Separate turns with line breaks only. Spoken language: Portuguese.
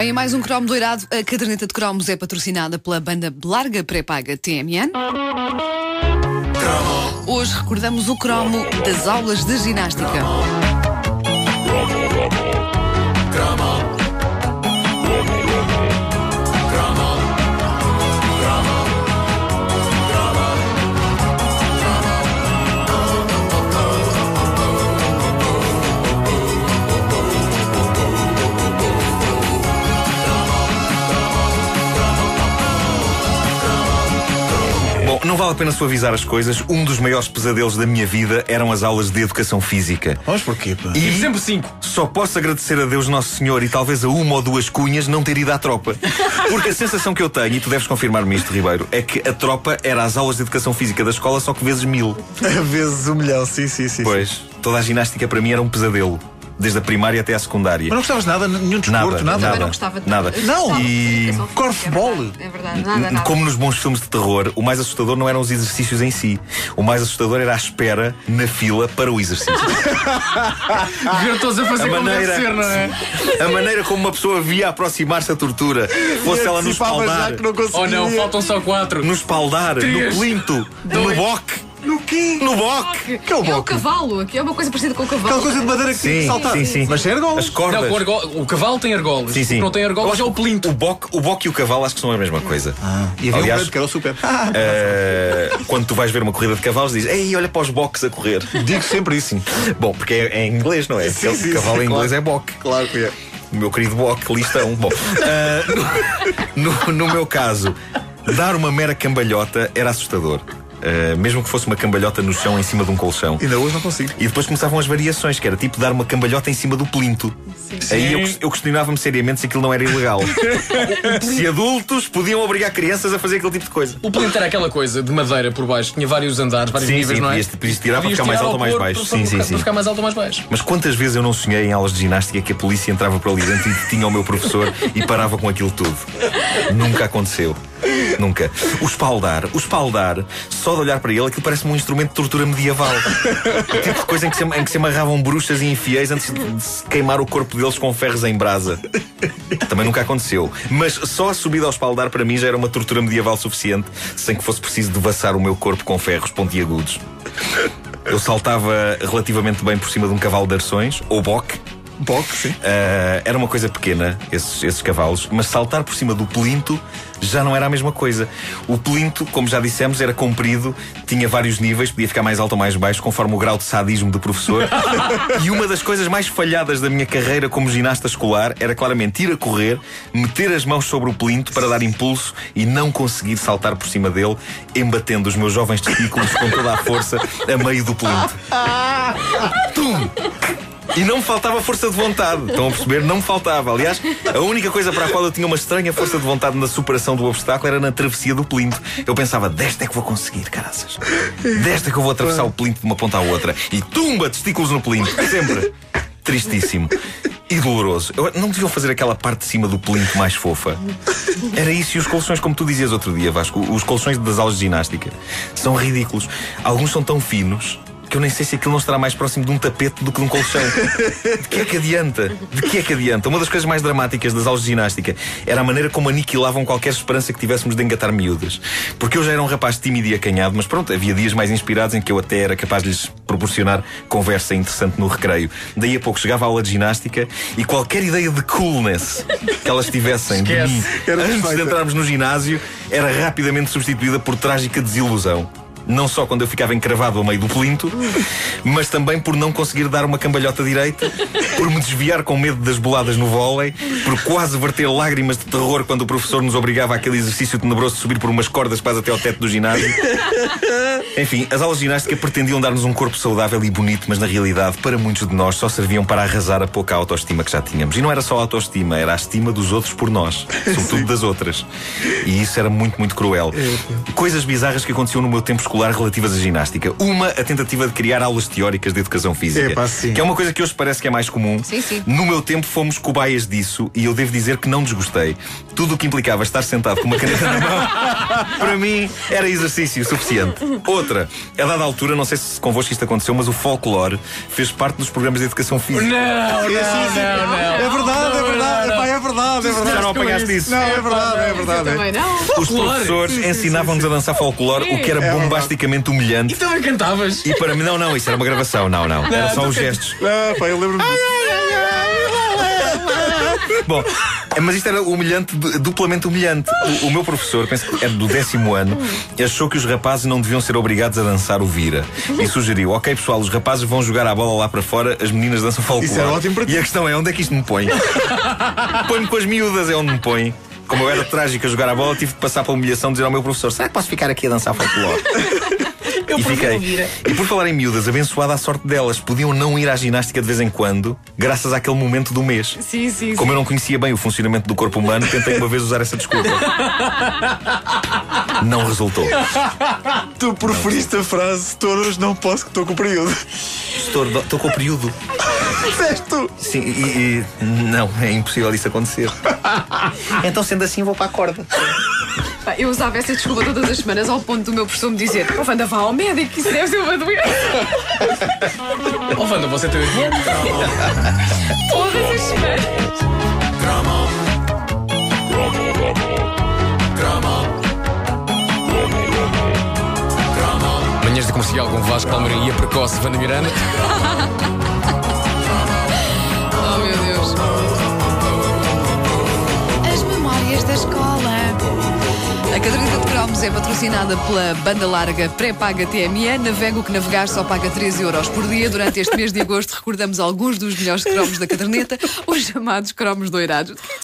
Em mais um cromo doirado, a caderneta de cromos é patrocinada pela banda larga pré-paga TMN. Hoje recordamos o cromo das aulas de ginástica.
Bom, não vale a pena suavizar as coisas. Um dos maiores pesadelos da minha vida eram as aulas de educação física.
Mas porquê, pá?
E
Sempre 5.
só posso agradecer a Deus Nosso Senhor e talvez a uma ou duas cunhas não ter ido à tropa. Porque a sensação que eu tenho, e tu deves confirmar-me isto, Ribeiro, é que a tropa era as aulas de educação física da escola, só que vezes mil.
Vezes um milhão, sim, sim, sim. sim.
Pois, toda a ginástica para mim era um pesadelo. Desde a primária até à secundária.
Mas não gostavas de nada, nenhum desporto, nada.
nada.
não gostava de-
nada.
Não,
E
corfball.
É verdade, nada, nada.
Como nos bons filmes de terror, o mais assustador não eram os exercícios em si. O mais assustador era a espera na fila para o exercício.
Ver todos a fazer
A
como
maneira-
deve ser, não é?
a maneira como uma pessoa via aproximar-se a tortura, fosse ela no
Antecipava
espaldar,
já que não conseguia.
Ou não, faltam só 4.
no espaldar, no
Três,
plinto, no boque,
No quê?
no boque.
Que é o
É o
boque?
cavalo, aqui é uma coisa parecida com o
Aquela
cavalo.
coisa de madeira que tinha que saltar. Mas é
As
ergolas.
Não,
cordas.
com argola- o cavalo tem argolas.
Sim,
O
sim.
que não tem
Eu
argolas
acho
é o plinto.
O boque, o boque e o cavalo acho que são a mesma coisa.
E havia um
Aliás,
grande que era o super.
eh, quando tu vais ver uma corrida de cavalos, dizes: Ei, olha para os boques a correr.
Digo sempre isso.
Bom, porque é, é em inglês, não é?
Sim,
Aquele
sim,
cavalo
sim,
em inglês
claro.
é boque.
Claro que é.
O meu querido Bock, listão. Bom, ah, no, no- no meu caso, dar uma mera cambalhota era assustador. Ah, mesmo que fosse uma cambalhota no chão em cima de um colchão.
Ainda hoje não consigo.
E depois começavam as variações, que era tipo dar uma cambalhota em cima do plinto. Aí eu,
Sim.
eu questionava-me seriamente se aquilo não era ilegal. se adultos podiam obrigar crianças a fazer aquele tipo de coisa.
O plinto era aquela coisa de madeira por baixo, tinha vários andares, vários níveis, não é?
podias, podias tirar para
Podias
ficar mais
tirar
alto
ao
ou mais
corpo
baixo.
só
Sim, sim,
para- Para
sim.
ficar mais alto ou mais baixo.
Mas quantas vezes eu não sonhei em aulas de ginástica que a polícia entrava por ali dentro e detinha o meu professor e parava com aquilo tudo? Nunca aconteceu. Nunca. O espaldar, o espaldar, só de olhar para ele, aquilo parece-me um instrumento de tortura medieval. O tipo de coisa em que, se, em que se amarravam bruxas e infiéis antes de, de se queimar o corpo deles com ferros em brasa. Também nunca aconteceu. Mas só a subida ao espaldar para mim já era uma tortura medieval suficiente, sem que fosse preciso devassar o meu corpo com ferros pontiagudos. Eu saltava relativamente bem por cima de um cavalo de arções, ou boque.
Boque, sim.
Ah, era uma coisa pequena, esses, esses cavalos, mas saltar por cima do plinto já não era a mesma coisa. O plinto, como já dissemos, era comprido, tinha vários níveis, podia ficar mais alto ou mais baixo, conforme o grau de sadismo do professor. e uma das coisas mais falhadas da minha carreira como ginasta escolar era claramente ir a correr, meter as mãos sobre o plinto para dar impulso e não conseguir saltar por cima dele, embatendo os meus jovens testículos com toda a força a meio do plinto. E não me faltava força de vontade. Estão a perceber? Não me faltava. Aliás, a única coisa para a qual eu tinha uma estranha força de vontade na superação do obstáculo era na travessia do plinto. Eu pensava, desta é que vou conseguir, caraças. Desta é que eu vou atravessar o plinto de uma ponta à outra. E tumba testículos no plinto. Sempre. Tristíssimo. E doloroso. Eu- não deviam fazer aquela parte de cima do plinto mais fofa. Era isso. E os colchões, como tu dizias outro dia, Vasco, os colchões das aulas de ginástica são ridículos. Alguns são tão finos que eu nem sei se aquilo não estará mais próximo de um tapete do que de um colchão. De que é que adianta? De que é que adianta? Uma das coisas mais dramáticas das aulas de ginástica era a maneira como aniquilavam qualquer esperança que tivéssemos de engatar miúdas. Porque eu já era um rapaz tímido e acanhado, mas pronto, havia dias mais inspirados em que eu até era capaz de lhes proporcionar conversa interessante no recreio. Daí a pouco chegava a aula de ginástica e qualquer ideia de coolness que elas tivessem de
Esquece.
mim
Era
antes de
perfeita.
entrarmos no ginásio era rapidamente substituída por trágica desilusão. Não só quando eu ficava encravado ao meio do plinto, mas também por não conseguir dar uma cambalhota direita, por me desviar com medo das boladas no vôlei, por quase verter lágrimas de terror quando o professor nos obrigava àquele exercício tenebroso de subir por umas cordas quase até ao teto do ginásio. Enfim, as aulas de ginástica pretendiam dar-nos um corpo saudável e bonito, mas na realidade, para muitos de nós, só serviam para arrasar a pouca autoestima que já tínhamos. E não era só a autoestima, era a estima dos outros por nós, sobretudo das outras. E isso era muito, muito cruel.
É,
Coisas bizarras que aconteciam no meu tempo escolar relativas à ginástica. Uma, a tentativa de criar aulas teóricas de educação física.
Epá, sim.
Que é uma coisa que hoje parece que é mais comum.
Sim, sim.
No meu tempo fomos cobaias disso e eu devo dizer que não desgostei. Tudo o que implicava estar sentado com uma caneta na mão, para mim, era exercício suficiente. Outra, a dada altura, não sei se convosco isto aconteceu, mas o folclore fez parte dos programas de educação
Não,
física.
não,
Sim, sim, sim.
não, não.
É verdade, é
Não,
verdade.
não, não.
Epá, é verdade, é verdade.
Já não apanhaste isso.
Não, é verdade, é
Eu
verdade.
também não.
Os
Folclore.
professores
Sim, sim,
ensinavam-nos a dançar folclore, o que era
verdade.
bombasticamente humilhante.
E também cantavas?
E para mim, não, não, isso era uma gravação, não, não. Era só os gestos.
Ah, pá, eu lembro-me disso.
Bom, é, mas isto era humilhante, du- duplamente humilhante. O, o meu professor, penso que era do décimo ano, achou que os rapazes não deviam ser obrigados a dançar o vira. E sugeriu: ok, pessoal, os rapazes vão jogar a bola lá para fora, as meninas dançam folclore.
Isso era ótimo para ti.
E a questão é: onde é que isto me põe? Põe-me com as miúdas, é onde me põe. Como eu era trágico a jogar a bola, tive de passar pela humilhação de dizer ao meu professor: será que posso ficar aqui a dançar folclore? e fiquei. E por falar em miúdas, abençoada a sorte delas, podiam não ir à ginástica de vez em quando, graças àquele momento do mês.
Sim, sim, sim.
Como eu não conhecia bem o funcionamento do corpo humano, tentei uma vez usar essa desculpa. Não resultou.
Tu preferiste a frase Touros não posso que estou com o período.
Estou, estou com o período.
Disseste tu.
Sim, e, e- Não, é impossível isso acontecer. Então, sendo assim, vou para a corda.
Pá, Eu usava essa desculpa todas as semanas ao ponto do meu professor me dizer: Ó Wanda, vá ao médico, isso deve ser uma doença.
Oh, Wanda, você tem oito anos?
Todas as semanas.
Manhãs de comercial com Vasco Palmeirinho e a precoce Wanda Miranda.
Oh, meu Deus.
As memórias da escola. A caderneta de cromos é patrocinada pela banda larga pré-paga TME. Navego que navegar só paga 13 euros por dia. Durante este mês de agosto recordamos alguns dos melhores cromos da caderneta, os chamados cromos doirados.